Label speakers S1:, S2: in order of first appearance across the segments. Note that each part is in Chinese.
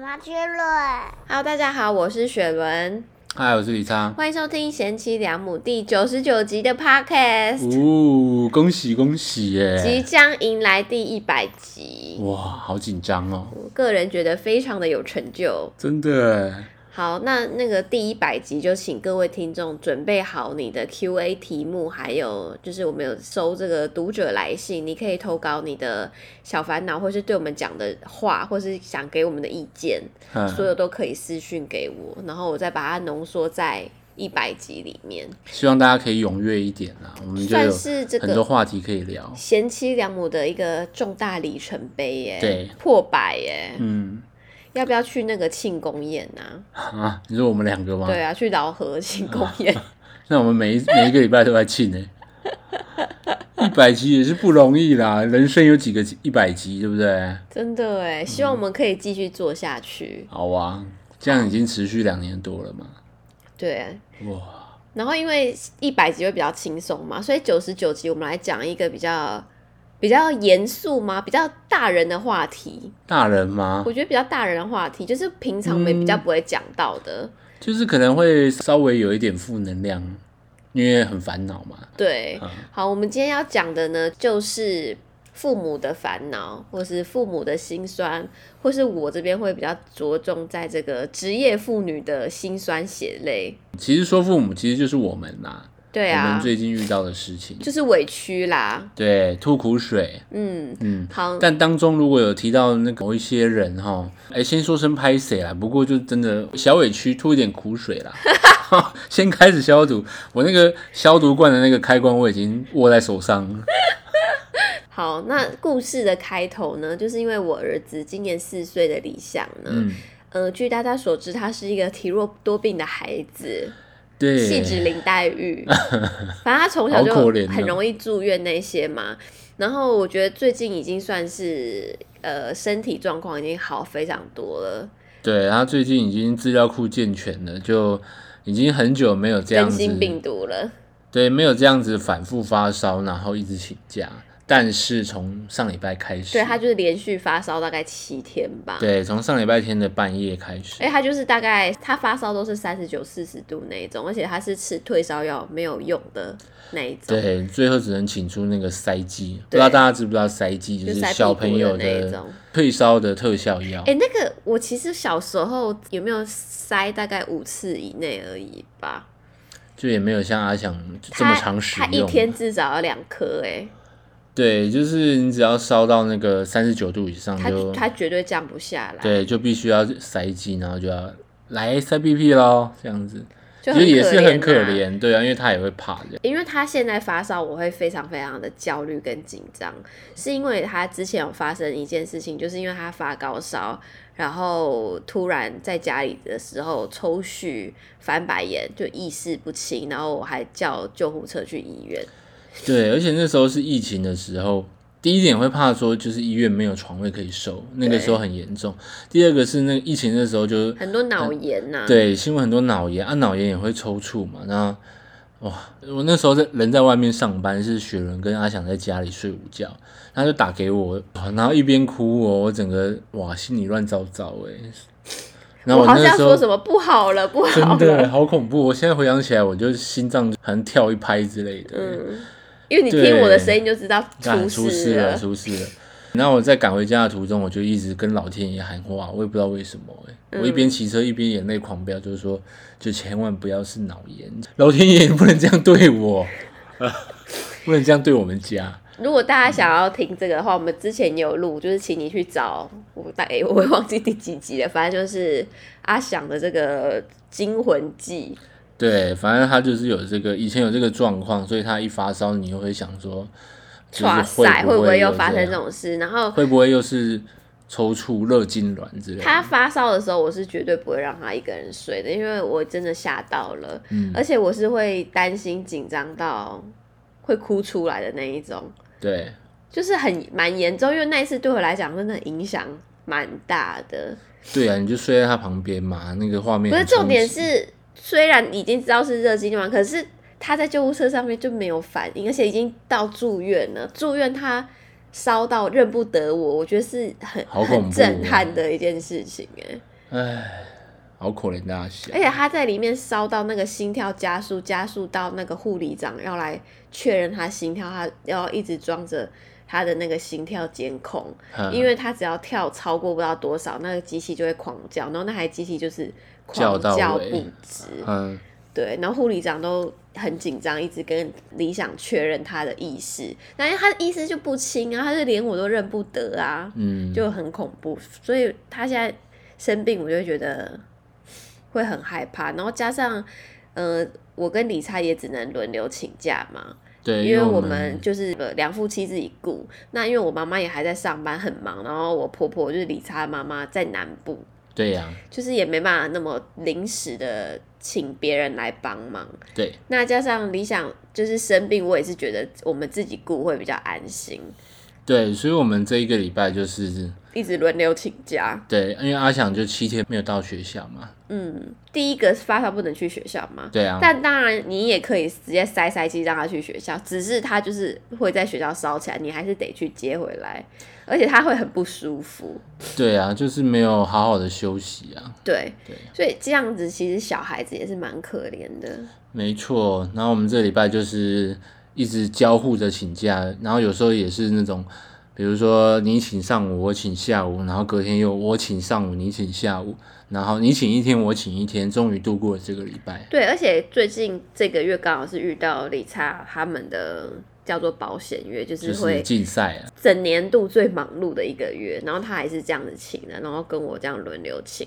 S1: 马之伦，
S2: Hello，大家好，我是雪伦，
S3: 嗨，我是李昌。
S2: 欢迎收听《贤妻良母》第九十九集的 Podcast，、
S3: 哦，恭喜恭喜
S2: 即
S3: 耶！
S2: 将迎来第一百集。
S3: 哇，好紧张哦，
S2: 我个人觉得非常的有成就。
S3: 真的耶。
S2: 好，那那个第一百集就请各位听众准备好你的 Q&A 题目，还有就是我们有收这个读者来信，你可以投稿你的小烦恼，或是对我们讲的话，或是想给我们的意见，所
S3: 嗯，
S2: 有都可以私讯给我，然后我再把它浓缩在一百集里面。
S3: 希望大家可以踊跃一点啊，我们就
S2: 算
S3: 有
S2: 是这
S3: 很
S2: 个
S3: 多话题可以聊。
S2: 贤妻良母的一个重大里程碑耶，
S3: 对，
S2: 破百耶，
S3: 嗯，
S2: 要不要去那个庆功宴啊？
S3: 啊，你说我们两个吗？
S2: 对啊，去饶河庆 功宴，
S3: 那我们每一每一个礼拜都在庆 呢。一百集也是不容易啦，人生有几个一百集，对不对？
S2: 真的哎，希望我们可以继续做下去。
S3: 好啊，这样已经持续两年多了嘛。
S2: 对，啊
S3: 哇，
S2: 然后因为一百集会比较轻松嘛，所以九十九集我们来讲一个比较比较严肃嘛，比较大人的话题。
S3: 大人吗？
S2: 我觉得比较大人的话题，就是平常我们也比较
S3: 嗯
S2: 不会讲到的。
S3: 就是可能会稍微有一点负能量，因为很烦恼嘛。
S2: 对，
S3: 嗯
S2: 好，我们今天要讲的呢，就是父母的烦恼，或是父母的辛酸，或是我这边会比较着重在这个职业妇女的辛酸血泪。
S3: 其实说父母其实就是我们啦，
S2: 对
S3: 我
S2: 啊
S3: 们，最近遇到的事情，
S2: 就是委屈啦。
S3: 对，吐苦水，
S2: 嗯，
S3: 嗯。
S2: 好，
S3: 但当中如果有提到那个某一些人哈，哎、先说声拍谁啦，不过就真的小委屈，吐一点苦水 啦。先开始消毒，我那个消毒罐的那个开关我已经握在手上了。
S2: 好，那故事的开头呢，就是因为我儿子今年四岁的理想呢，
S3: 嗯，
S2: 呃，据大家所知，他是一个体弱多病的孩子。
S3: 对，
S2: 细指林黛 玉，反正他从小
S3: 好
S2: 就
S3: 可怜哦
S2: 很容易住院那些嘛。然后我觉得最近已经算是呃身体状况已经好非常多了，
S3: 对他最近已经资料库健全了，就已经很久没有这样
S2: 更
S3: 子
S2: 新病毒了。
S3: 对，没有这样子反复发烧，然后一直请假。但是从上礼拜开始，
S2: 对他就是连续发烧大概七天吧。，
S3: 对从上礼拜天的半夜开始，
S2: 哎，他就是大概他发烧都是三十九、四十度那一种，而且他是吃退烧药没有用的那一种。
S3: 对，最后只能请出那个塞剂。不
S2: 对
S3: 知道大家知不知道塞剂
S2: 就
S3: 就是
S2: 塞
S3: 小
S2: 屁股
S3: 朋友哦
S2: 的那一种
S3: 退烧的特效药。
S2: 哎、那个我其实小时候有没有塞大概五次以内而已吧。
S3: 就也没有像阿翔这
S2: 他
S3: 么常使
S2: 他一
S3: 用。
S2: 天至少要两颗哎，
S3: 对，就是你只要烧到那个三十九度以上
S2: 他
S3: 就，
S2: 他绝对降不下来，
S3: 对，就必须要塞剂，然后就要来塞屁屁咯，这样子，
S2: 就
S3: 其
S2: 很
S3: 实也是很可
S2: 啊。
S3: 怜，对啊，因为他也会怕这样。
S2: 因为他现在发烧，我会非常非常的焦虑跟紧张，是因为他之前有发生一件事情，就是因为他发高烧，然后突然在家里的时候抽搐、翻白眼，就意识不清，然后我还叫救护车去医院。
S3: 对，而且那时候是疫情的时候，第一点会怕说就是医院没有床位可以收，那个时候很严重。第二个是那个疫情的时候就
S2: 很多脑炎呐、，
S3: 嗯对新闻很多脑炎啊，脑炎也会抽搐嘛。那哇，我那时候在人在外面上班，是雪伦跟阿翔在家里睡午觉，他就打给我，哇然后一边哭哦我，我整个哇心里乱糟糟哎。然后
S2: 我好
S3: 那
S2: 像
S3: 时
S2: 说
S3: 候
S2: 什么不好了，不好
S3: 真的
S2: 了，
S3: 好恐怖，我现在回想起来，我就心脏好像跳一拍之类的。欸
S2: 嗯，因为你听我的声音就知道
S3: 干出
S2: 事
S3: 事了，出事了。然后我在赶回家的途中，我就一直跟老天爷喊话，我也不知道为什么、欸我一
S2: 嗯
S3: 边骑车一边眼泪狂飙，就是说，就千万不要是脑炎，老天爷你不能这样 对我，不能这样对我们家。
S2: 如果大家想要听这个的话，我们之前也有录，就是请你去找我大概我会忘记第几集了，反正就是阿翔的这个《惊魂记
S3: 对，反正他就是有这个，以前有这个状况，所以他一发烧，你又会想说，》，就是
S2: 哇
S3: 会
S2: 塞，会
S3: 不
S2: 不
S3: 会
S2: 会又发生
S3: 这
S2: 这
S3: 样？
S2: 种事？然后
S3: 会不会又是抽搐、热痉挛之类的？
S2: 他发烧的时候，我是绝对不会让他一个人睡的，因为我真的吓到了，
S3: 嗯
S2: 而且我是会担心紧张到会哭出来的那一种，
S3: 对，
S2: 就是很蛮严重，因为那一次对我来讲真的影响蛮大的。
S3: 对啊，你就睡在他旁边嘛，那个画面
S2: 不是
S3: 很冲
S2: 重点
S3: 击
S2: 是，虽然已经知道是热痉挛，可是他在救护车上面就没有反应，而且已经到住院了。住院他烧到认不得我，我觉得是很
S3: 好恐怖哦
S2: 很震撼的一件事情哎、
S3: 唉，好可怜的阿啊翔
S2: 而。且他在里面烧到那个心跳加速，加速到那个护理长要来确认他心跳，他要一直装着他的那个心跳监控，
S3: 嗯
S2: 因为他只要跳超过不知道多少，那个机器就会狂叫，然后那台机器就是
S3: 叫
S2: 狂
S3: 到
S2: 叫
S3: 尾
S2: 不止，
S3: 嗯，
S2: 对，然后护理长都很紧张，一直跟李想确认他的意识，但是他的意识就不清啊，他是连我都认不得啊，
S3: 嗯，
S2: 就很恐怖。所以他现在生病，我就会觉得会很害怕。然后加上，呃，我跟理查也只能轮流请假嘛，
S3: 对，
S2: 因
S3: 因
S2: 为
S3: 我
S2: 我们就是呃两夫妻自己顾。那因为我妈妈也还在上班，很忙，然后我婆婆就是理查妈妈在南部，
S3: 对呀、
S2: 就是也没办法那么临时的请别人来帮忙。
S3: 对，
S2: 那加上理想就是生病，我也是觉得我们自己顾会比较安心，
S3: 对，所以我们这一个礼拜就是
S2: 一直轮流请假。
S3: 对，因为阿翔就七天没有到学校嘛，
S2: 嗯，第一个发烧不能去学校嘛，
S3: 对啊，
S2: 但当然你也可以直接塞塞机让他去学校，只是他就是会在学校烧起来，你还是得去接回来，而且他会很不舒服。
S3: 对啊，就是没有好好的休息啊，
S2: 对，
S3: 对，
S2: 所以这样子其实小孩子也是蛮可怜的。
S3: 没错。然后我们这礼拜就是一直交互着请假，然后有时候也是那种，比如说你请上午，我请下午，然后隔天又我请上午，你请下午，然后你请一天，我请一天，终于度过了这个礼拜。
S2: 对，而且最近这个月刚好是遇到理查他们的叫做保险月，就是
S3: 就是
S2: 会
S3: 竞赛啊，
S2: 整年度最忙碌的一个月，然后他还是这样子请的，然后跟我这样轮流请。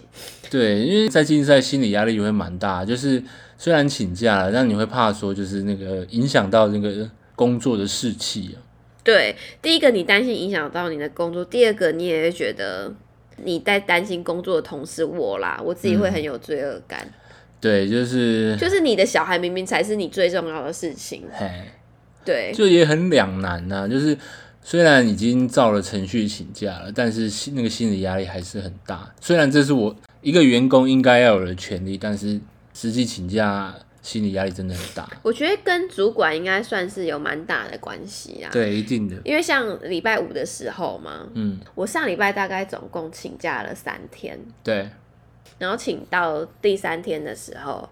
S3: 对，因为在竞赛心理压力也会蛮大，就是虽然请假了，但你会怕说就是那个影响到那个工作的士气啊。
S2: 对，第一个你担心影响到你的工作，第二个你也会觉得你在担心工作的同时，我啦，我自己会很有罪恶感。
S3: 对，就是，
S2: 就是你的小孩明明才是你最重要的事情，
S3: 嘿，
S2: 对，
S3: 就也很两难呐、就是虽然已经照了程序请假了，但是心那个心理压力还是很大。虽然这是我一个员工应该要有的权利，但是实际请假心理压力真的很大。
S2: 我觉得跟主管应该算是有蛮大的关系啦。，
S3: 对，一定的。
S2: 因为像礼拜五的时候嘛，
S3: 嗯，
S2: 我上礼拜大概总共请假了三天，
S3: 对，
S2: 然后请到第三天的时候，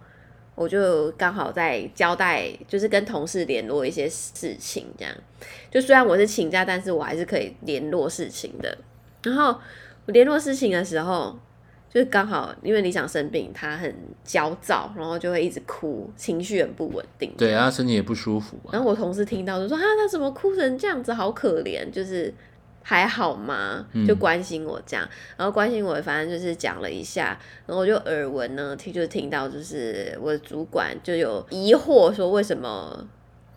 S2: 我就刚好在交代，就是跟同事联络一些事情，这样。就虽然我是请假，但是我还是可以联络事情的。然后我联络事情的时候，就刚好因为理想生病，他很焦躁，然后就会一直哭，情绪很不稳定。
S3: 对，然后身体也不舒服啊。
S2: 然后我同事听到就说：“啊，他怎么哭成这样子，好可怜。”就是还好吗？就
S3: 嗯
S2: 关心我这样，然后关心我，反正就是讲了一下，然后我就耳闻呢，听就听到，就是我的主管就有疑惑说，为什么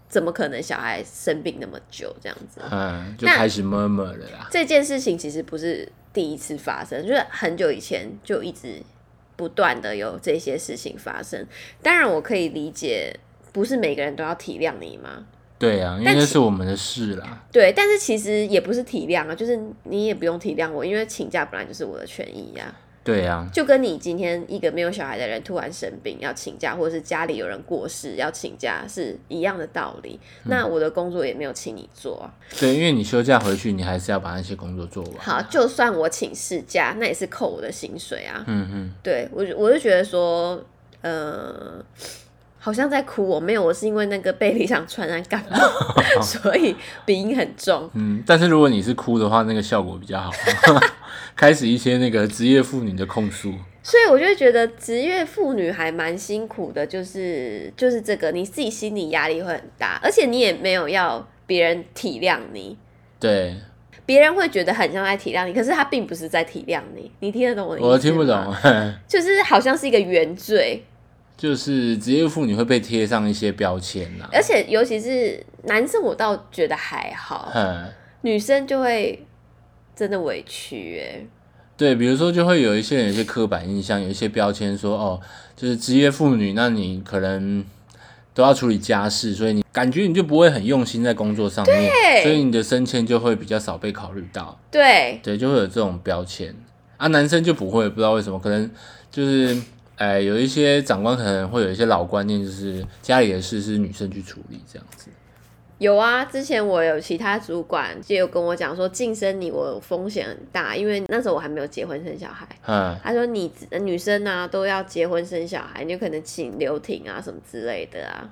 S2: 怎么可能小孩生病那么久这样子？
S3: 嗯，就
S2: 那
S3: 开始 murmur 了啦。
S2: 这件事情其实不是第一次发生，就是很久以前就一直不断的有这些事情发生。当然，我可以理解，不是每个人都要体谅你嘛，
S3: 对啊，因为
S2: 但
S3: 那
S2: 其
S3: 是我们的事啦。
S2: 对，但是其实也不是体谅啊，就是你也不用体谅我，因为请假本来就是我的权益呀、啊。
S3: 对啊，
S2: 就跟你今天一个没有小孩的人突然生病要请假，或者是家里有人过世要请假是一样的道理。那我的工作也没有请你做啊、
S3: 对，因为你休假回去，你还是要把那些工作做完。
S2: 好，就算我请事假，那也是扣我的薪水啊。
S3: 嗯嗯，
S2: 对我就，我就觉得说，呃，好像在哭，哦我没有，我是因为那个被理想传染感冒， 所以鼻音很重。
S3: 嗯，但是如果你是哭的话，那个效果比 较好。开始一些那个职业妇女的控诉，
S2: 所以我就会觉得职业妇女还蛮辛苦的，就是就是这个你自己心理压力会很大，而且你也没有要别人体谅你，
S3: 对
S2: 别人会觉得很像在体谅你，可是他并不是在体谅你，你听得懂我的意思吗？
S3: 我听不懂，，
S2: 就是好像是一个原罪，
S3: 就是职业妇女会被贴上一些标签啊啦。
S2: 而且尤其是男生，我倒觉得还好，
S3: 嗯，
S2: 女生就会真的委屈哎、
S3: 对，比如说就会有一些人有一些刻板印象，有一些标签说哦，就是职业妇女，那你可能都要处理家事，所以你感觉你就不会很用心在工作上面，所以你的升迁就会比较少被考虑到。
S2: 对，
S3: 对，就会有这种标签啊。男生就不会，不知道为什么，可能就是，哎，有一些长官可能会有一些老观念，就是家里的事是女生去处理这样子。
S2: 有啊，之前我有其他主管也有跟我讲说，晋升你我风险很大，因为那时候我还没有结婚生小孩。
S3: 嗯，
S2: 他说你呃女生啊都要结婚生小孩，你就可能请留停啊什么之类的啊。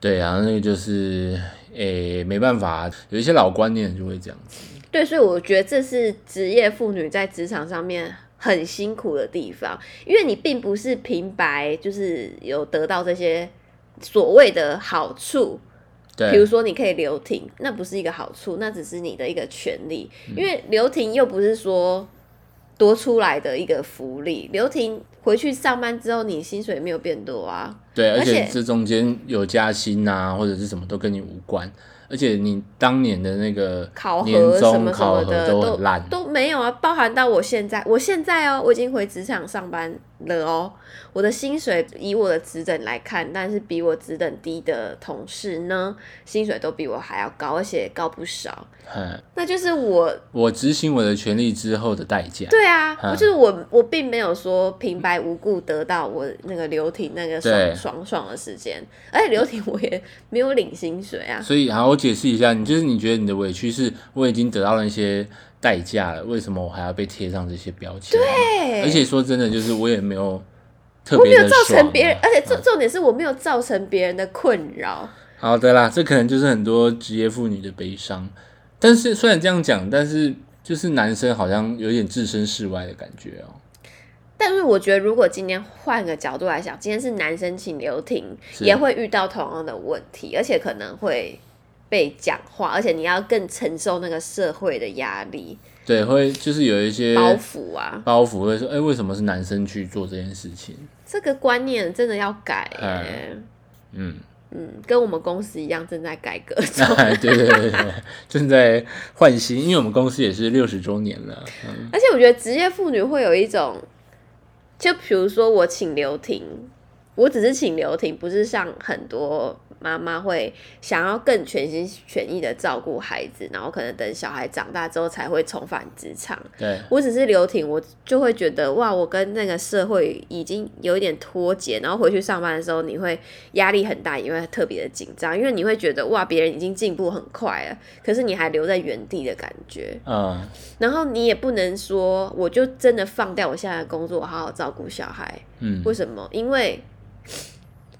S3: 对啊，那个就是诶、没办法，啊有一些老观念就会这样子。
S2: 对，所以我觉得这是职业妇女在职场上面很辛苦的地方，因为你并不是平白就是有得到这些所谓的好处，
S3: 对，
S2: 比如说你可以留停，那不是一个好处，那只是你的一个权利，
S3: 嗯
S2: 因为留停又不是说多出来的一个福利，留停回去上班之后，你薪水没有变多啊。
S3: 对，
S2: 而
S3: 而且
S2: 且
S3: 这中间有加薪啊，或者是什么都跟你无关，而且你当年的那个
S2: 考
S3: 年
S2: 核什
S3: 终
S2: 么什
S3: 考
S2: 么
S3: 核
S2: 的
S3: 很烂，
S2: 都没有啊，包含到我现在，我现在哦，我已经回职场上班了哦，我的薪水以我的职等来看，但是比我职等低的同事呢，薪水都比我还要高，而且高不少。
S3: 嗯，
S2: 那就是我
S3: 我执行我的权利之后的代价。
S2: 对啊，
S3: 嗯
S2: 我就是我，我并没有说平白无故得到我那个留停那个
S3: 对
S2: 爽爽爽的时间，而且留停我也没有领薪水啊。
S3: 所以，好，我解释一下，你就是你觉得你的委屈是我已经得到了一些代价了，为什么我还要被贴上这些标签？
S2: 对，
S3: 而且说真的，就是我也没有特
S2: 我没
S3: 别的、啊
S2: 有造成别人，而且重重点是我没有造成别人的困扰。
S3: 好的啦，这可能就是很多职业妇女的悲伤。但是虽然这样讲，但是就是男生好像有点置身事外的感觉哦、
S2: 但是我觉得，如果今天换个角度来想，今天是男生请留停，
S3: 是
S2: 也会遇到同样的问题，而且可能会被讲话，而且你要更承受那个社会的压力
S3: 对，会就是有一些
S2: 包袱啊。
S3: 包袱会说，哎、为什么是男生去做这件事情？
S2: 这个观念真的要改、欸
S3: 哎，嗯，
S2: 嗯，跟我们公司一样正在改革 中。
S3: 对对对对对，正在换新，因为我们公司也是六十周年了。嗯，
S2: 而且我觉得职业妇女会有一种，就比如说我请留停，我只是请留停，不是像很多妈妈会想要更全心全意的照顾孩子，然后可能等小孩长大之后才会重返职场。
S3: 对，
S2: 我只是留停，我就会觉得哇，我跟那个社会已经有一点脱节，然后回去上班的时候，你会压力很大，也会特别的紧张，因为你会觉得哇，别人已经进步很快了，可是你还留在原地的感觉。
S3: 嗯，
S2: 然后你也不能说，我就真的放掉我现在的工作，好好照顾小孩。
S3: 嗯
S2: 为，什么？因为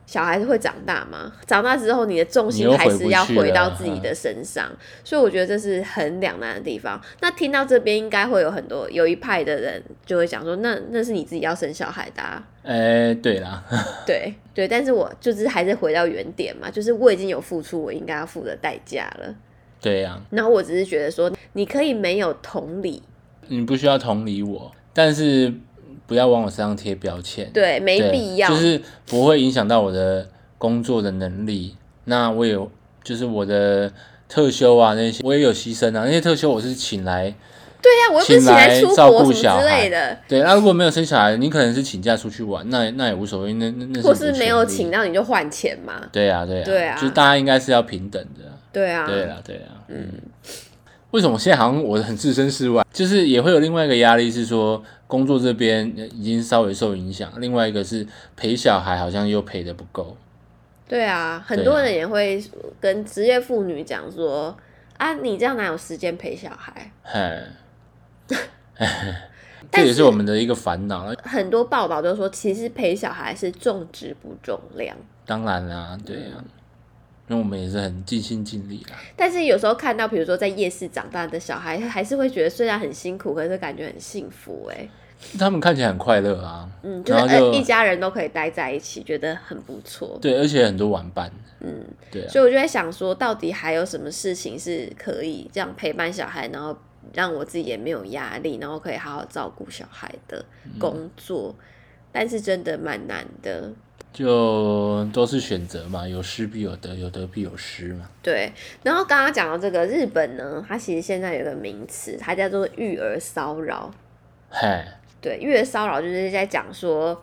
S2: 小孩会长大嘛，长大之后你的重
S3: 你
S2: 心
S3: 又
S2: 还
S3: 回不
S2: 是要
S3: 去了嗯
S2: 回到自己的身上，所以我觉得这是很两难的地方。那听到这边，应该会有很多有一派的人就会讲说，那那是你自己要生小孩的、 啊，
S3: 哎、对啦，
S2: 对对。但是我就是还是回到原点嘛，就是我已经有付出我应该要付的代价了。
S3: 对呀、
S2: 然后我只是觉得说，你可以没有同理，
S3: 你不需要同理我，但是不要往我身上贴标签。
S2: 对，没
S3: 对，
S2: 必要，
S3: 就是不会影响到我的工作的能力。那我有，就是我的特休啊那些，我也有牺牲啊。那些特休我是请来，
S2: 对啊呀、我又不是
S3: 请
S2: 请来
S3: 来
S2: 出
S3: 照顾
S2: 国什
S3: 小
S2: 么之类
S3: 孩
S2: 的，
S3: 对。那如果没有生小孩，你可能是请假出去玩，那那也无所谓，那那那
S2: 或
S3: 你
S2: 是
S3: 的
S2: 没有
S3: 权利
S2: 请。到你就换钱嘛。
S3: 对啊，对啊，
S2: 对啊
S3: 就是大家应该是要平等的啊。
S2: 对啊，
S3: 对啦，对啦，嗯。为什么现在好像我很置身事外？就是也会有另外一个压力，是说工作这边呃已经稍微受影响，另外一个是陪小孩好像又陪的不够。
S2: 对啊，很
S3: 对
S2: 多
S3: 啊
S2: 人也会跟职业妇女讲说啊，你这样哪有时间陪小孩？
S3: 哎，
S2: 但
S3: 这也
S2: 是
S3: 是我们的一个烦恼。
S2: 很多报道都说，其实陪小孩是重质不重量。
S3: 当然啦，对呀、因为我们也是很尽心尽力啦。
S2: 但是有时候看到，比如说在夜市长大的小孩，还是会觉得虽然很辛苦，可是感觉很幸福哎、
S3: 他们看起来很快乐啊，
S2: 嗯，就是
S3: 然后
S2: 呃
S3: 就
S2: 一家人都可以待在一起，觉得很不错。
S3: 对，而且很多玩伴，
S2: 嗯，
S3: 对啊，
S2: 所以我就在想说，到底还有什么事情是可以这样陪伴小孩，然后让我自己也没有压力，然后可以好好照顾小孩的工作，但是真的蛮难的。
S3: 就都是选择嘛，有失必有得，有得必有失嘛。
S2: 对，然后刚刚讲到这个日本呢，它其实现在有个名词，它叫做育儿骚扰。
S3: 嘿，
S2: 对，育儿骚扰就是在讲说，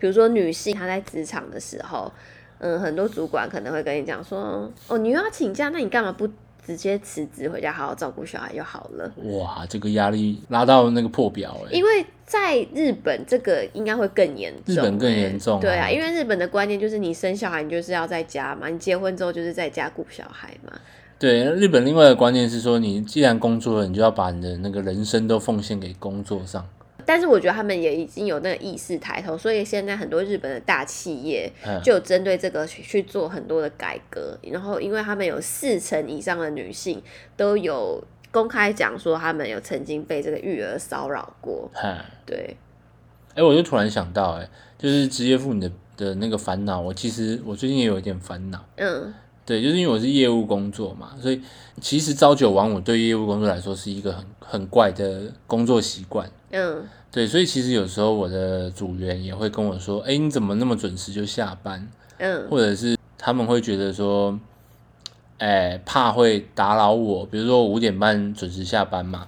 S2: 比如说女性她在职场的时候，嗯，很多主管可能会跟你讲说，哦，你又要请假，那你干嘛不直接辞职回家好好照顾小孩就好了？
S3: 哇，这个压力拉到那个破表哎、
S2: 因为在日本，这个应该会更严重、
S3: 日本更严重啊
S2: 对啊，因为日本的观念就是你生小孩，你就是要在家嘛，你结婚之后就是在家顾小孩嘛。
S3: 对，日本另外的观念是说，你既然工作了，你就要把你的那个人生都奉献给工作上。
S2: 但是我觉得他们也已经有那个意识抬头，所以现在很多日本的大企业
S3: 嗯
S2: 就有针对这个去去做很多的改革。然后，因为他们有四成以上的女性都有公开讲说，他们有曾经被这个育儿骚扰过。
S3: 嗨，
S2: 对，
S3: 哎、我就突然想到、哎，就是职业妇女的的那个烦恼，我其实我最近也有一点烦恼。
S2: 嗯
S3: 对，就是因为我是业务工作嘛，所以其实朝九晚五对业务工作来说是一个很很怪的工作习惯。
S2: 嗯
S3: 对，所以其实有时候我的组员也会跟我说：“哎，你怎么那么准时就下班？”
S2: 嗯
S3: 或者是他们会觉得说，哎，怕会打扰我，比如说我五点半准时下班嘛，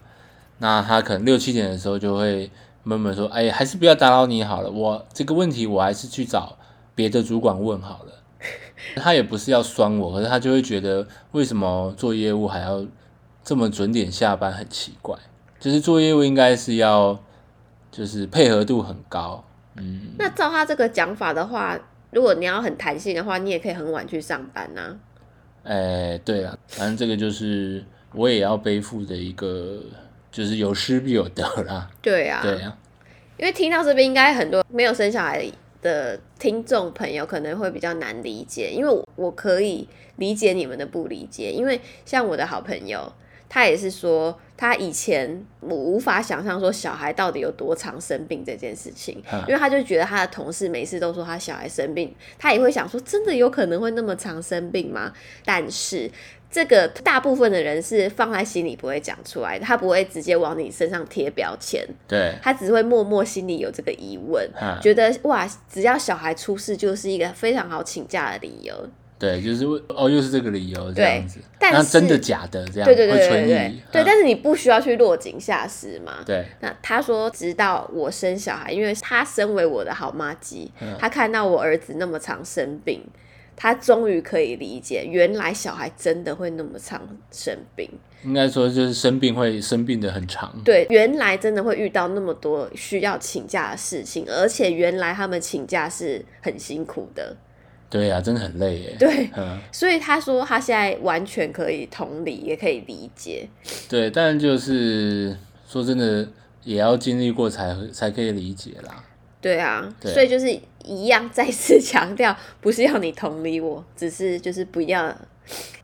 S3: 那他可能六七点的时候就会闷闷说：“哎，还是不要打扰你好了，我这个问题我还是去找别的主管问好了。” 他也不是要酸我，可是他就会觉得为什么做业务还要这么准点下班，很奇怪。就是做业务应该是要，就是配合度很高，嗯，
S2: 那照他这个讲法的话，如果你要很弹性的话，你也可以很晚去上班啊呐、
S3: 哎，对了，反正这个就是我也要背负的一个，就是有失必有得啦。
S2: 对啊，
S3: 对呀、
S2: 因为听到这边，应该很多没有生小孩的听众朋友可能会比较难理解，因为我我可以理解你们的不理解，因为像我的好朋友，他也是说，他以前我无法想象说小孩到底有多常生病这件事情，
S3: 啊
S2: 因为他就觉得他的同事每次都说他小孩生病，他也会想说，真的有可能会那么常生病吗？但是这个大部分的人是放在心里不会讲出来的，他不会直接往你身上贴标签。
S3: 对，啊
S2: 他只会默默心里有这个疑问，
S3: 哈，
S2: 觉得哇，只要小孩出事就是一个非常好请假的理由。
S3: 对，就是为哦，又是这个理由这
S2: 对
S3: 样子，
S2: 但
S3: 那真的
S2: 是
S3: 假的这样，
S2: 对对对
S3: 会
S2: 对
S3: 存
S2: 对
S3: 疑，
S2: 对，
S3: 嗯
S2: 但是你不需要去落井下石嘛。
S3: 对
S2: 那他说，直到我生小孩，因为他身为我的好妈鸡，
S3: 嗯
S2: 他看到我儿子那么常生病，他终于可以理解，原来小孩真的会那么常生病。
S3: 应该说就是生病会生病的很长，
S2: 对，原来真的会遇到那么多需要请假的事情，而且原来他们请假是很辛苦的。
S3: 对呀、真的很累耶。
S2: 对，
S3: 嗯，
S2: 所以他说他现在完全可以同理，也可以理解。
S3: 对，但就是说真的，也要经历过才才可以理解啦。
S2: 对啊，
S3: 对
S2: 所以就是一样，再次强调，不是要你同理我，只是就是不要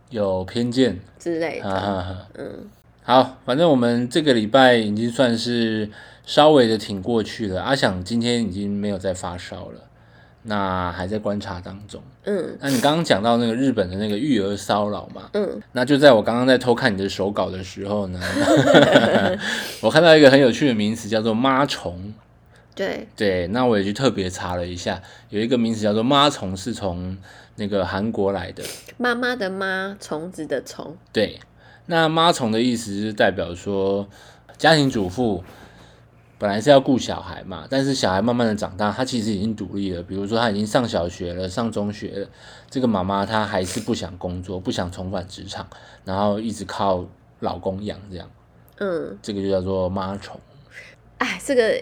S3: 有偏见，
S2: 之类
S3: 哈
S2: 的。
S3: 啊哈哈。
S2: 嗯，
S3: 好，反正我们这个礼拜已经算是稍微的挺过去了。阿想今天已经没有再发烧了，那还在观察当中。
S2: 嗯
S3: 那你刚刚讲到那个日本的那个育儿骚扰嘛，
S2: 嗯
S3: 那就在我刚刚在偷看你的手稿的时候呢， 我看到一个很有趣的名词叫做“妈虫”。
S2: 对，
S3: 对，那我也去特别查了一下，有一个名词叫做“妈虫”，是从那个韩国来的。
S2: 妈妈的妈，虫子的虫。
S3: 对，那妈虫的意思就是代表说，家庭主妇本来是要顾小孩嘛，但是小孩慢慢的长大，他其实已经独立了。比如说他已经上小学了，上中学了，这个妈妈她还是不想工作，不想重返职场，然后一直靠老公养，这样
S2: 嗯，
S3: 这个就叫做妈虫。
S2: 哎，这个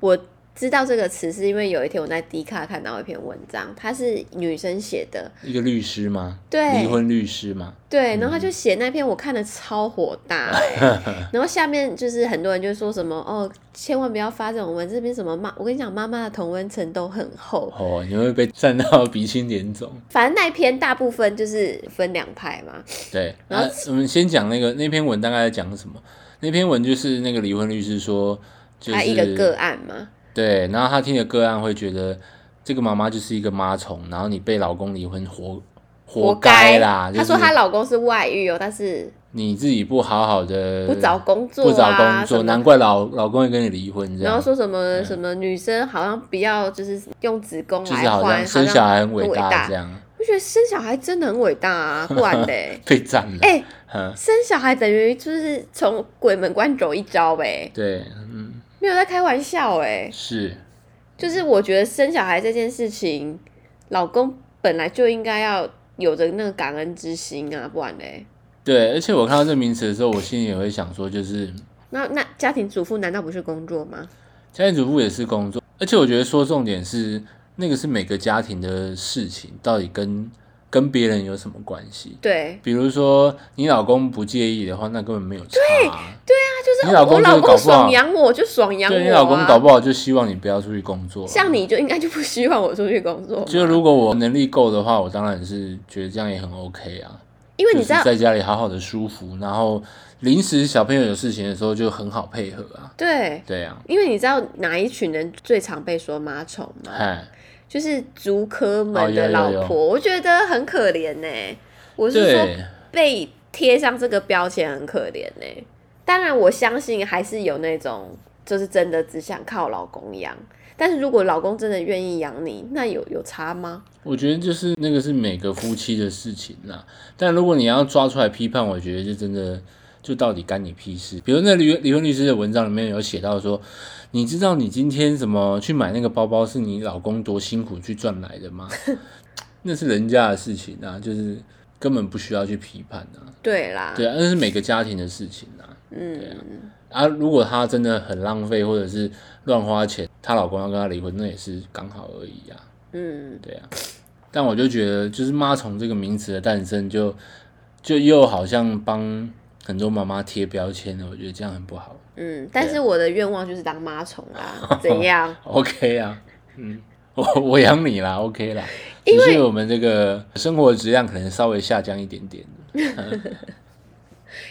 S2: 我知道这个词是因为有一天我在 D 卡看到一篇文章，它是女生写的，
S3: 一个律师嘛，
S2: 对
S3: 离婚律师嘛，
S2: 对，然后他
S3: 嗯
S2: 就写那篇，我看的超火 大、欸然后下面就是很多人就说什么哦，千万不要发这种文，这边什么妈，我跟你讲，妈妈的同温层都很厚。
S3: 哦，你会被站到鼻青脸肿。
S2: 反正那篇大部分就是分两派嘛，
S3: 对，
S2: 然后
S3: 那我们先讲那个那篇文大概在讲什么？那篇文就是那个离婚律师说，就是
S2: 他啊一个个案嘛，
S3: 对，然后他听的个案会觉得这个妈妈就是一个妈虫，然后你被老公离婚活活该啦。
S2: 他说
S3: 就是
S2: 她老公是外遇哦，但是
S3: 你自己不好好的
S2: 不找工作、啊，
S3: 呃不找工
S2: 什
S3: 作，
S2: 么
S3: 难怪老老公会跟你离婚这
S2: 然
S3: 样嗯
S2: 后。说什么什么女生好像不要就是用子宫
S3: 就
S2: 来
S3: 是
S2: 换，
S3: 好像生小孩很伟
S2: 大
S3: 这。样，
S2: 我觉得生小孩真的很伟大啊，不然嘞
S3: 被赞了。
S2: 哎、
S3: 嗯，
S2: 生小孩等于就是从鬼门关走一遭呗，
S3: 对，嗯，
S2: 没有在开玩笑哎。
S3: 是，
S2: 就是我觉得生小孩这件事情，老公本来就应该要有着那个感恩之心啊，不然嘞，
S3: 对。而且我看到这名词的时候，我心里也会想说，就是
S2: 那那家庭主妇难道不是工作吗？
S3: 家庭主妇也是工作，而且我觉得说重点是那个是每个家庭的事情，到底跟跟别人有什么关系。
S2: 对
S3: 比如说你老公不介意的话，那根本没有差啊、
S2: 他就是
S3: 你老公
S2: 我老
S3: 就是搞
S2: 公
S3: 不好
S2: 爽养我就爽养我、啊，
S3: 对你老公搞不好就希望你不要出去工作啊、
S2: 像你就应该就不希望我出去工作嘛，
S3: 就如果我能力够的话，我当然是觉得这样也很 OK 啊。
S2: 因为你
S3: 就
S2: 知道
S3: 是，在家里好好的舒服，然后临时小朋友有事情的时候就很好配合啊。
S2: 对，
S3: 对啊，
S2: 因为你知道哪一群人最常被说妈虫吗？
S3: 哎，
S2: 就是竹科
S3: 哦
S2: 们
S3: 有
S2: 的
S3: 有
S2: 老
S3: 有
S2: 婆，我觉得很可怜呢、我是说
S3: 对，
S2: 被贴上这个标签很可怜呢、当然，我相信还是有那种就是真的只想靠老公养，但是如果老公真的愿意养你，那有有差吗？
S3: 我觉得就是那个是每个夫妻的事情啦。但如果你要抓出来批判，我觉得就真的就到底干你屁事？比如那离离婚律师的文章里面有写到说，你知道你今天怎么去买那个包包是你老公多辛苦去赚来的吗？ 那是人家的事情啊，就是根本不需要去批判啊。
S2: 对啦，
S3: 对啊，那是每个家庭的事情啊。
S2: 嗯，
S3: 啊，如果她真的很浪费或者是乱花钱，她老公要跟她离婚，那也是刚好而已啊。
S2: 嗯，
S3: 对啊，但我就觉得，就是“妈虫”这个名词的诞生就，就又好像帮很多妈妈贴标签了，我觉得这样很不好。
S2: 嗯，但是我的愿望就是当妈虫啦，怎样？
S3: OK 啊，嗯，我我养你啦，OK 啦，
S2: 因
S3: 只
S2: 为
S3: 是我们这个生活质量可能稍微下降一点点。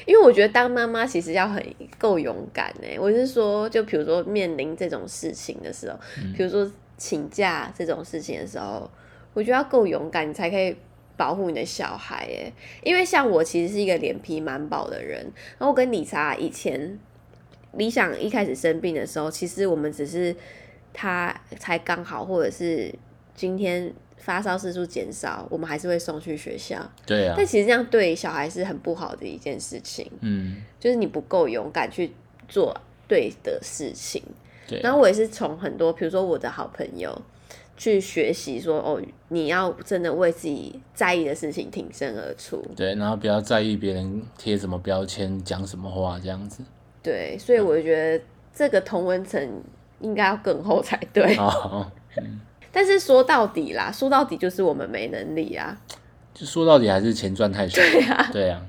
S2: 因为我觉得当妈妈其实要很够勇敢哎、我是说，就比如说面临这种事情的时候，比如说请假这种事情的时候，我觉得要够勇敢，你才可以保护你的小孩哎、因为像我其实是一个脸皮蛮薄的人，然后我跟理查以前理想一开始生病的时候，其实我们只是他才刚好，或者是今天发烧次数减少，我们还是会送去学校。
S3: 对啊
S2: 但，其实这样对小孩是很不好的一件事情，
S3: 嗯，
S2: 就是你不够勇敢去做对的事情。
S3: 对啊
S2: 然后我也是从很多，比如说我的好朋友去学习说，哦，你要真的为自己在意的事情挺身而出。
S3: 对，然后不要在意别人贴什么标签、讲什么话这样子。
S2: 对，所以我觉得这个同文层应该要更厚才
S3: 嗯
S2: 对。
S3: 好，
S2: 但是说到底啦，说到底就是我们没能力啊。
S3: 就说到底还是钱赚太少。对啊，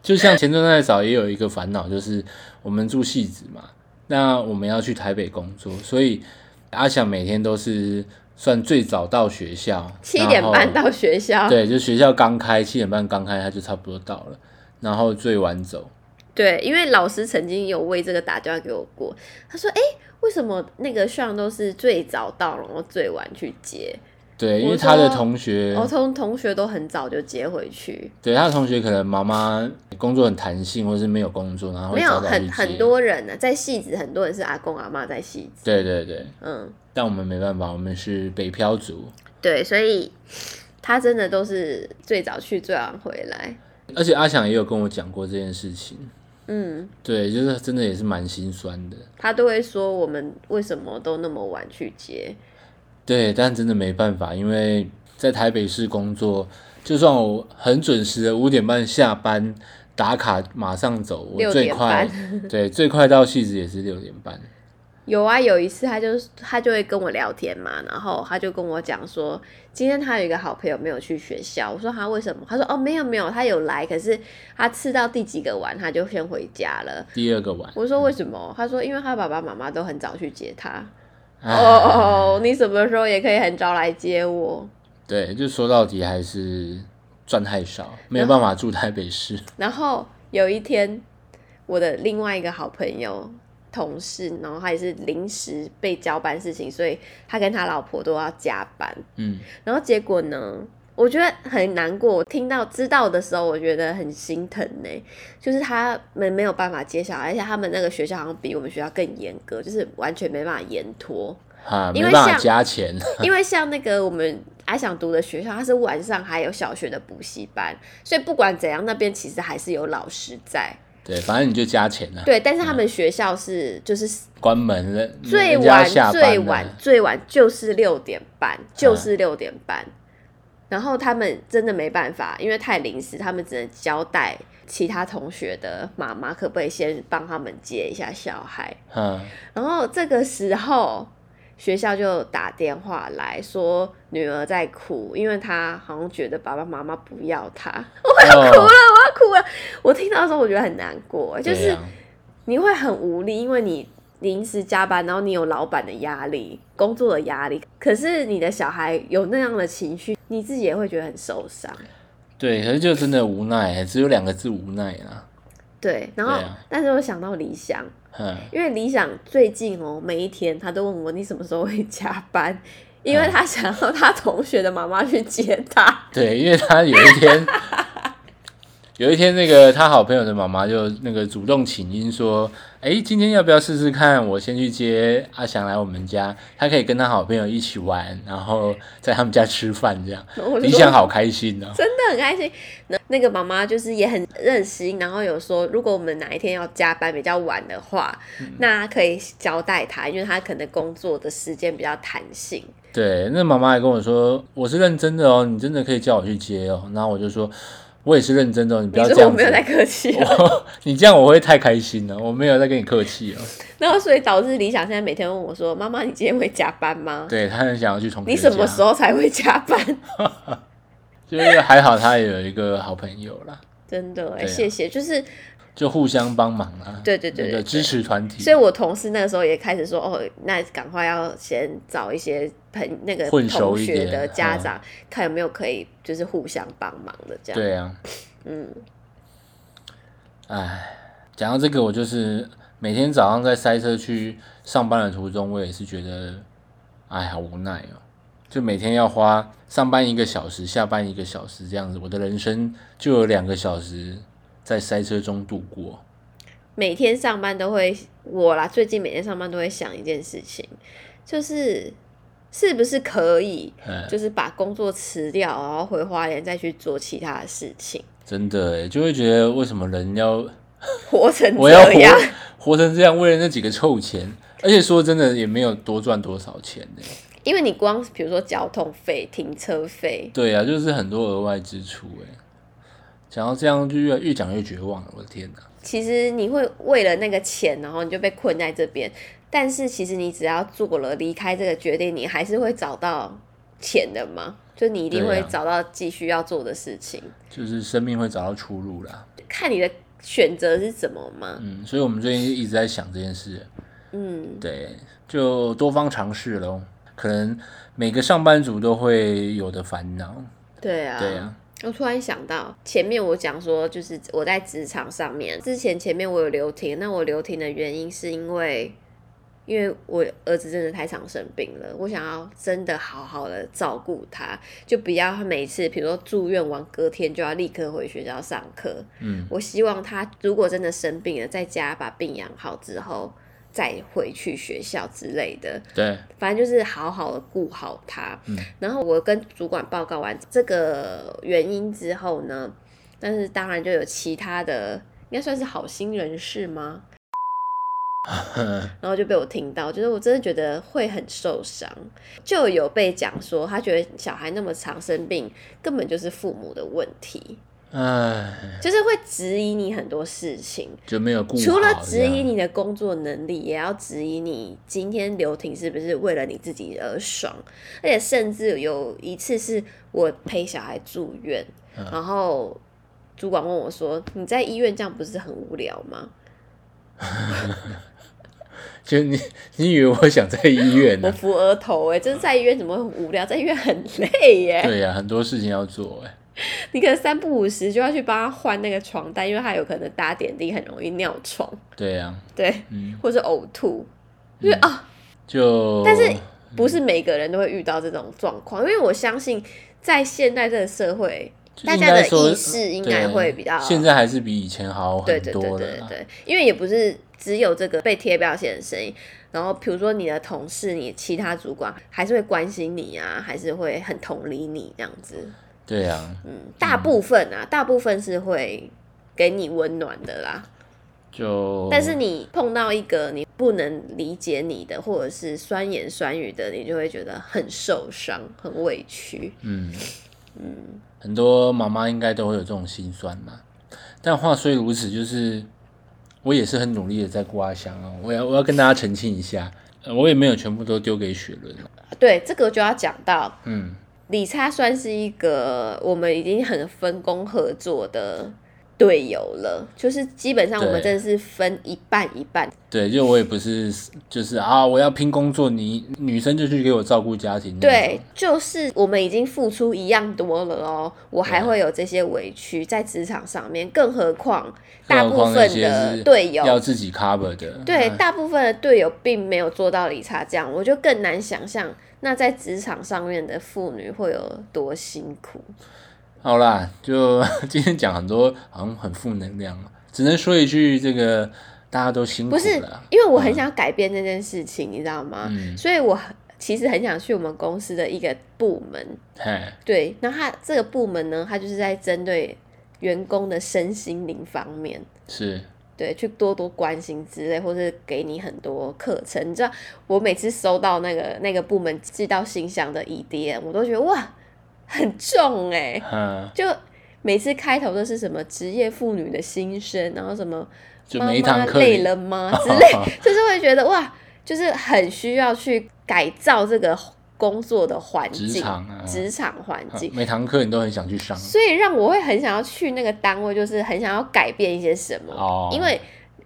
S3: 就像钱赚太少，也有一个烦恼，就是我们住戏子嘛，那我们要去台北工作，所以阿翔每天都是算最早到学校，
S2: 七点半
S3: 然后。
S2: 到学校，
S3: 对，就学校刚开，七点半刚开，他就差不多到了，然后最晚走。
S2: 对，因为老师曾经有为这个打电话给我过，他说：“哎、为什么那个上都是最早到，然后最晚去接？
S3: 对，因
S2: 我
S3: 为他的
S2: 说
S3: 同学，
S2: 我同哦同学都很早就接回去，
S3: 对他的同学可能妈妈工作很弹性，或是没有工作，然后会
S2: 没有
S3: 早早去
S2: 很
S3: 接
S2: 很。多人呢、啊在戏子，很多人是阿公阿妈在戏子，
S3: 对对对，
S2: 嗯，
S3: 但我们没办法，我们是北漂族，
S2: 对，所以他真的都是最早去，最晚回来，
S3: 而且阿翔也有跟我讲过这件事情，
S2: 嗯，
S3: 对，就是真的也是蛮心酸的，
S2: 他都会说我们为什么都那么晚去接，
S3: 对，但真的没办法，因为在台北市工作，就算我很准时的五点半下班打卡马上走，我
S2: 6
S3: 最
S2: 点
S3: 快
S2: 半
S3: 对最快到戏子也是六点半，
S2: 有啊，有一次他就他就会跟我聊天嘛，然后他就跟我讲说，今天他有一个好朋友没有去学校，我说他为什么？他说哦没有没有，他有来，可是他吃到第几个碗他就先回家了。
S3: 第二个 晚，
S2: 我说为什么？他说因为他爸爸妈妈都很早去接他。哦
S3: 唉
S2: 哦，哦你什么时候也可以很早来接我？
S3: 对，就说到底还是赚太少，没有办法住台北市，
S2: 然后有一天，我的另外一个好朋友同事，然后他也是临时被交办事情，所以他跟他老婆都要加班。
S3: 嗯，
S2: 然后结果呢，我觉得很难过。我听到知道的时候，我觉得很心疼呢、就是他们没有办法接小孩，而且他们那个学校好像比我们学校更严格，就是完全没办法延拖。
S3: 哈，没
S2: 因为
S3: 办法
S2: 像
S3: 加钱，
S2: 因为像那个我们阿想读的学校，它是晚上还有小学的补习班，所以不管怎样，那边其实还是有老师在。
S3: 对，反正你就加钱了、啊
S2: 对，但是他们学校是就是
S3: 关门了，
S2: 最
S3: 人家
S2: 晚
S3: 下班了
S2: 最晚最晚就是六点半，
S3: 嗯
S2: 就是六点半。然后他们真的没办法，因为太临时，他们只能交代其他同学的妈妈 可不可以先帮他们接一下小孩。
S3: 嗯，
S2: 然后这个时候，学校就打电话来说女儿在哭，因为她好像觉得爸爸妈妈不要她。
S3: 我要哭了，
S2: 她哭了，我听到的时候我觉得很难
S3: 啊
S2: 过，就是你会很无力，因为你临时加班，然后你有老板的压力、工作的压力，可是你的小孩有那样的情绪，你自己也会觉得很受伤。
S3: 对，可是就真的无奈，只有两个字无奈啦。
S2: 对，然后、
S3: 对啊
S2: 但是我想到理想，
S3: 嗯，
S2: 因为理想最近哦，每一天他都问我你什么时候会加班，
S3: 嗯
S2: 因为他想要他同学的妈妈去接 他。
S3: 对，因为他有一 天，有一天那个他好朋友的妈妈就那个主动请缨说，哎，今天要不要试试看？我先去接阿翔来我们家，他可以跟他好朋友一起玩，然后在他们家吃饭这样。
S2: 然后我就
S3: 理
S2: 说
S3: 想好开心哦，
S2: 真的很开心。那那个妈妈就是也很热心，然后有说，如果我们哪一天要加班比较晚的话，
S3: 嗯
S2: 那可以交代他，因为他可能工作的时间比较弹性。
S3: 对，那妈妈还跟我说，我是认真的哦，你真的可以叫我去接哦。然后我就说，我也是认真的哦，你不
S2: 你
S3: 要
S2: 说
S3: 这样
S2: 我没
S3: 子。
S2: 有在客 气、哦，
S3: 我你这样我会太开心了，我没有在跟你 客气哦。
S2: 然后所以导致理想现在每天问我说：“妈妈，你今天会加班吗？
S3: 对他很想要去同学
S2: 你什么时
S3: 候？
S2: 候才会加班
S3: 就是还好他也有一个好朋友啦，？”
S2: 真的哎、
S3: 对啊
S2: 谢谢，就是
S3: 就互相帮忙啦。
S2: 对对对
S3: 那个
S2: 对
S3: 支持团体。
S2: 所以我同事那个时候也开始说，哦，那赶快要先找一些朋那个
S3: 混熟
S2: 同
S3: 一
S2: 学
S3: 点嗯
S2: 的家长，看有没有可以就是互相帮忙的这样。
S3: 对啊，
S2: 嗯，
S3: 哎，讲到这个，我就是每天早上在塞车去上班的途中，我也是觉得，哎，好无奈哦。就每天要花上班一个小时，下班一个小时这样子，我的人生就有两个小时在塞车中度过。
S2: 每天上班都会我啦，最近每天上班都会想一件事情，就是是不是可以，
S3: 嗯，
S2: 就是把工作辞掉，然后回花莲再去做其他的事情，
S3: 真的诶，就会觉得为什么人要
S2: 活成
S3: 我要
S2: 这样。
S3: 活活成这样，为了那几个臭钱，而且说真的也没有多赚多少钱呢。
S2: 因为你光比如说交通费、停车费，
S3: 对啊，就是很多额外支出哎。讲到这样就越越讲越绝望了，我的天哪！
S2: 其实你会为了那个钱，然后你就被困在这边。但是其实你只要做了离开这个决定，你还是会找到钱的嘛，就你一定
S3: 对
S2: 会
S3: 啊
S2: 找到继续要做的事情。
S3: 就是生命会找到出路啦。
S2: 看你的选择是什么嘛。
S3: 嗯，所以我们最近一直在想这件事，
S2: 嗯，
S3: 对，就多方尝试喽。可能每个上班族都会有的烦恼，
S2: 对啊，
S3: 对啊，
S2: 我突然想到，前面我讲说，就是我在职场上面，之前前面我有留停，那我留停的原因是因为，因为我儿子真的太常生病了，我想要真的好好的照顾他，就不要他每次比如说住院完隔天就要立刻回学校上课。
S3: 嗯，
S2: 我希望他如果真的生病了，在家把病养好之后。再回去学校之类的，
S3: 对，
S2: 反正就是好好的顾好他。
S3: 嗯
S2: 然后我跟主管报告完这个原因之后呢，但是当然就有其他的，应该算是好心人士吗？然后就被我听到，就是我真的觉得会很受伤，就有被讲说他觉得小孩那么常生病，根本就是父母的问题，
S3: 唉，
S2: 就是会质疑你很多事情。
S3: 就没有顾好
S2: 除了
S3: 这
S2: 质
S3: 样
S2: 疑你的工作能力，也要质疑你今天留停是不是为了你自己而爽。而且甚至有一次是我陪小孩住院，
S3: 嗯
S2: 然后主管问我说：“你在医院这样不是很无聊吗
S3: 就你，你以为我想在医院？” 呢、
S2: 我扶额头、欸，哎，就是在医院怎么会很无聊？在医院很累耶、
S3: 对呀、很多事情要做哎、
S2: 你可能三不五时就要去帮他换那个床单，因为他有可能打点滴很容易尿床，
S3: 对呀、
S2: 对，
S3: 嗯，
S2: 或是呕吐，就是啊。
S3: 就
S2: 但是不
S3: 嗯
S2: 是每个人都会遇到这种状况，因为我相信在现代这个社会，
S3: 就
S2: 大
S3: 应
S2: 家
S3: 该
S2: 的
S3: 说
S2: 意识应该
S3: 对
S2: 会比较
S3: 现在还是比以前好
S2: 对
S3: 很
S2: 对对
S3: 多
S2: 对
S3: 了
S2: 对
S3: 啦。
S2: 对，因为也不是只有这个被贴标签的声音，然后比如说你的同事、你其他主管还是会关心你啊，还是会很同理你这样子，
S3: 对呀，
S2: 嗯，大部分啊，大部分是会给你温暖的啦。
S3: 哦就
S2: 但是你碰到一个你不能理解你的，或者是酸言酸语的，你就会觉得很受伤、很委屈。
S3: 嗯嗯，很多妈妈应该都会有这种心酸嘛。但话虽如此，就是我也是很努力的在刮香哦。我要我要跟大家澄清一下，呃我也没有全部都丢给雪伦。
S2: 对，这个就要讲到
S3: 嗯，
S2: 理查，算是一个我们已经很分工合作的队友了，就是基本上我们
S3: 对嗯
S2: 真的是分一半一半。
S3: 对，就我也不是就是啊，我要拼工作，你女生就去给我照顾家庭。
S2: 对，，就是我们已经付出一样多了哦，我还
S3: 啊
S2: 会有这些委屈在职场上面，更何况大部分的队
S3: 要
S2: 友，
S3: 自己 cover 的。
S2: 对
S3: 嗯
S2: 大部分的队友并没有做到理查这样，我就更难想象那在职场上面的妇女会有多辛苦。
S3: 好啦，就 今天讲很多，好像很负能量了，只能说一句，这个大家都辛苦
S2: 不是
S3: 了。，啊
S2: 因为我很想改变这件事情，你知道吗？
S3: 嗯，
S2: 所以我其实很想去我们公司的一个部门，
S3: 嘿，
S2: 对，那他这个部门呢，他就是在针对员工的身心灵方面。
S3: 是，
S2: 对，去多多关心之类，或是给你很多课程。你知道，我每次收到那个那个部门寄到信箱的 EDM，我都觉得哇，很重哎、
S3: 嗯，
S2: 就每次开头都是什么职业妇女的心声，然后什么
S3: 就
S2: 妈
S3: 每一堂
S2: 妈
S3: 课哦
S2: 累
S3: 里
S2: 了吗之类，就是会觉得哇，就是很需要去改造这个工作的环境，
S3: 职场啊
S2: 职场环境。
S3: 每堂课你都很想去上。
S2: 所以让我会很想要去那个单位，就是很想要改变一些什么，
S3: 哦
S2: 因为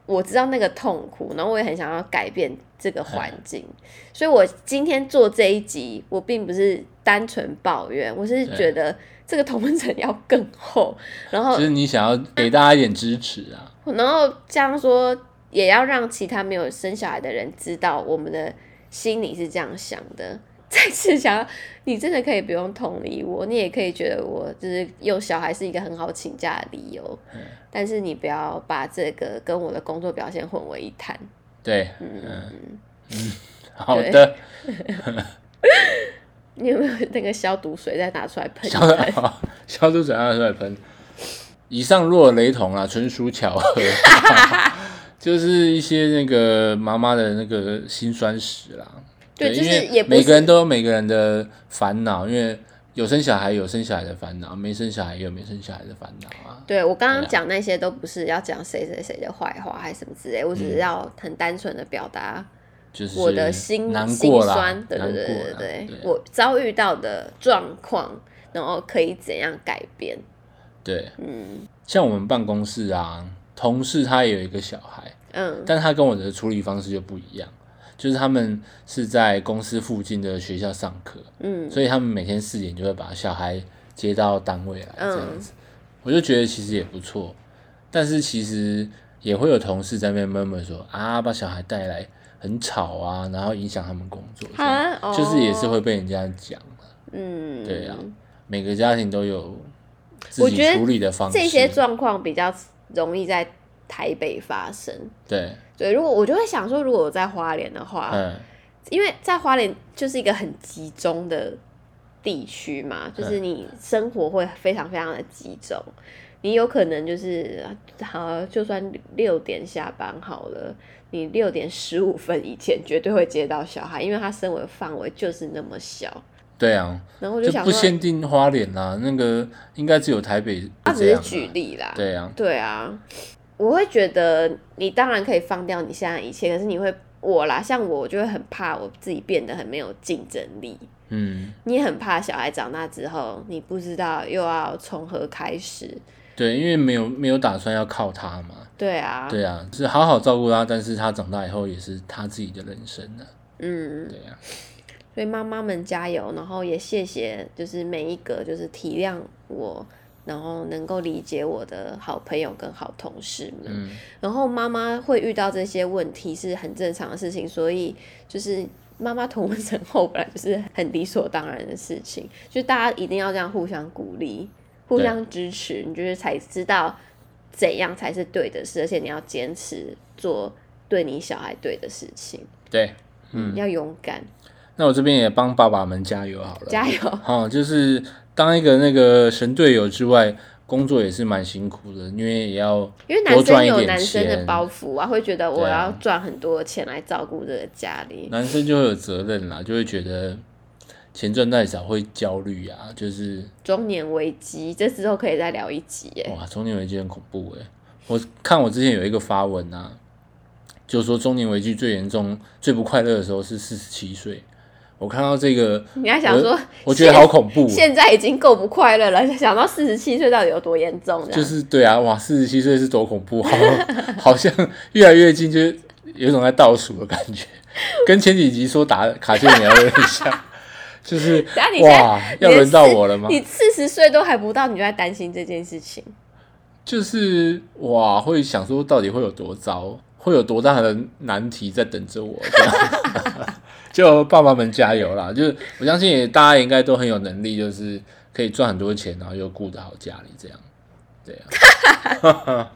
S2: 我知道那个痛苦，然后我也很想要改变这个环
S3: 嗯
S2: 境，所以我今天做这一集，我并不是单纯抱怨，我是
S3: 对
S2: 觉得这个同温层要更厚，然后
S3: 就是你想要给大家一点支持啊，
S2: 然后这样说也要让其他没有生小孩的人知道我们的心里是这样想的。 再次想要，你真的可以不用同理我，你也可以觉得我就是有小孩是一个很好请假的理由，
S3: 嗯
S2: 但是你不要把这个跟我的工作表现混为一谈。
S3: 对，
S2: 嗯，
S3: 好的，
S2: 你有没有那个消毒水再拿出来喷一
S3: 消
S2: 喷？
S3: 消毒水拿出来喷。以上若雷同啊，纯属巧 合，就是一些那个妈妈的那个辛酸史啦。
S2: 对就是
S3: 因为
S2: 也不
S3: 每
S2: 是
S3: 个人都有每个人的烦恼，因为有生小孩有生小孩的烦恼，没生小孩也有没生小孩的烦恼啊。
S2: 对我刚
S3: 对
S2: 刚
S3: 啊
S2: 讲那些都不是要讲谁谁谁的坏话还是什么之类，我只
S3: 嗯
S2: 是要很单纯的表达。
S3: 就是
S2: 我的心
S3: 难
S2: 心
S3: 过啦，
S2: 酸，对对对
S3: 难过
S2: 对
S3: 啦
S2: 对，
S3: 对啊
S2: 我遭遇到的状况，然后可以怎样改变？
S3: 对，
S2: 嗯
S3: 像我们办公室啊，同事他也有一个小孩，
S2: 嗯，
S3: 但他跟我的处理方式就不一样，就是他们是在公司附近的学校上课，
S2: 嗯，
S3: 所以他们每天四点就会把小孩接到单位来
S2: 嗯
S3: 这样子，我就觉得其实也不错，但是其实也会有同事在那边闷闷说啊，把小孩带来很吵啊，然后影响他们工作，这样
S2: 啊，哦
S3: 就是也是会，被人家讲。
S2: 嗯，
S3: 对啊每个家庭都有自
S2: 我
S3: 己
S2: 觉得
S3: 处理的方式，
S2: 这些状况比较容易在台北发生。
S3: 对，
S2: 对，如果我就会想说，如果我在花莲的话，
S3: 嗯，
S2: 因为在花莲就是一个很集中的地区
S3: 嗯
S2: 嘛，就是你生活会非常非常的集中，你有可能就是好，就算六点下班好了，你六点十五分以前绝对会接到小孩，因为他生活范围就是那么小。
S3: 对啊，
S2: 然后我
S3: 就
S2: 想
S3: 不
S2: 说，
S3: 限定花莲啦、那个应该只有台北
S2: 他
S3: 会
S2: 只
S3: 这样、
S2: 是
S3: 啊。
S2: 举例啦，
S3: 对啊，
S2: 对啊，我会觉得你当然可以放掉你现在一切，可是你会我啦，像我，我就会很怕我自己变得很没有竞争力。
S3: 嗯，
S2: 你也很怕小孩长大之后，你不知道又要从何开始。
S3: 对，因为没有没有打算要靠他嘛。
S2: 对啊，
S3: 对啊，是好好照顾他，但是他长大以后也是他自己的人生呢、啊。
S2: 嗯，
S3: 对啊，
S2: 所以妈妈们加油，然后也谢谢，就是每一个就是体谅我，然后能够理解我的好朋友跟好同事们。
S3: 嗯，
S2: 然后妈妈会遇到这些问题是很正常的事情，所以就是妈妈同温层后本来就是很理所当然的事情，就大家一定要这样互相鼓励、互
S3: 对
S2: 相支持，你就是才知道怎样才是对的事，而且你要坚持做对你小孩对的事情，
S3: 对。
S2: 嗯，要勇敢，
S3: 那我这边也帮爸爸们加油好了。
S2: 加油！
S3: 好、就是当一个那个神队友之外，工作也是蛮辛苦的，因为也 要
S2: 因为
S3: 多
S2: 男
S3: 赚
S2: 生
S3: 一
S2: 有
S3: 点
S2: 男生的
S3: 钱，
S2: 包袱啊，会觉得我
S3: 对啊
S2: 要赚很多钱来照顾这个家里，
S3: 男生就会有责任啦，就会觉得钱赚太少会焦虑啊，就是
S2: 中年危机，这之后可以再聊一集耶。
S3: 欸哇，中年危机很恐怖哎。我看我之前有一个发文啊，就说中年危机最严重、最不快乐的时候是四十七岁。我看到这个，
S2: 你还想
S3: 我
S2: 说
S3: 我觉得好恐怖哦，
S2: 现在已经够不快乐了，想到四十七岁到底有多严重这样？
S3: 就是对啊，哇，四十七岁是多恐怖，好， 好像越来越近，就是有一种在倒数的感觉，跟前几集说打卡介苗有点像，就是
S2: 等下你现在
S3: 哇，要轮到我了吗？
S2: 你四十岁都还不到，你就在担心这件事情。
S3: 就是哇，会想说到底会有多糟，会有多大的难题在等着我。这样 就爸爸们加油啦！就是我相信也大家应该都很有能力，就是可以赚很多钱，然后又顾得好家里这样。对啊，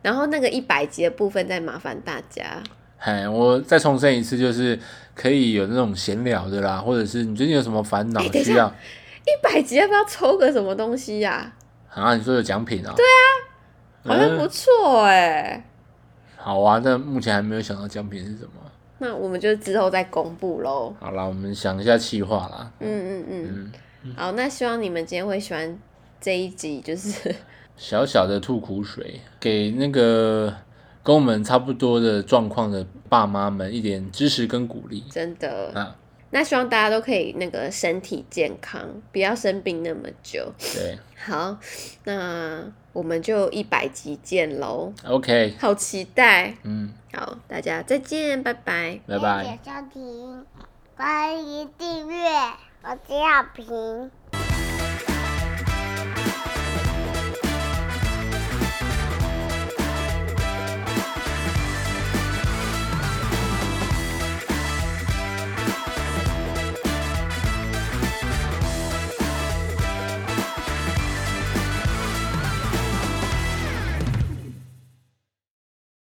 S2: 然后那个一百集的部分再麻烦大家，
S3: 嗨，我再重申一次，就是可以有那种闲聊的啦，或者是你最近有什么烦恼
S2: 哎等一下
S3: 需要
S2: 一百集要不要抽个什么东西呀、
S3: 啊？你说有奖品啊？对啊，
S2: 好像不错哎、
S3: 好啊，但目前还没有想到奖品是什么。
S2: 那我们就之后再公布喽。
S3: 好啦，我们想一下计划啦。
S2: 嗯嗯嗯，好，那希望你们今天会喜欢这一集，就是
S3: 小小的吐苦水，给那个跟我们差不多的状况的爸妈们一点支持跟鼓励
S2: 真的。
S3: 啊。
S2: 那希望大家都可以那个身体健康，不要生病那么久。
S3: 对
S2: 好，那我们就一百集见喽，
S3: ，OK，
S2: 好期待。
S3: 嗯，
S2: 好，大家再见，拜拜。
S3: 拜拜。
S1: 谢谢收听，欢迎订阅，我是小平。